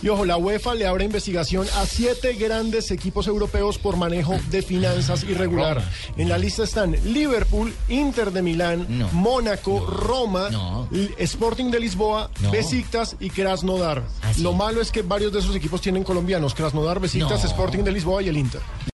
Y ojo, la UEFA le abre investigación a siete grandes equipos europeos por manejo de finanzas irregular. En la lista están Liverpool, Inter de Milán, No. Mónaco, Roma, No. L- Sporting de Lisboa, No. Besiktas y Krasnodar. ¿Ah, sí? Lo malo es que varios de esos equipos tienen colombianos. Krasnodar, Besiktas, No. Sporting de Lisboa y el Inter.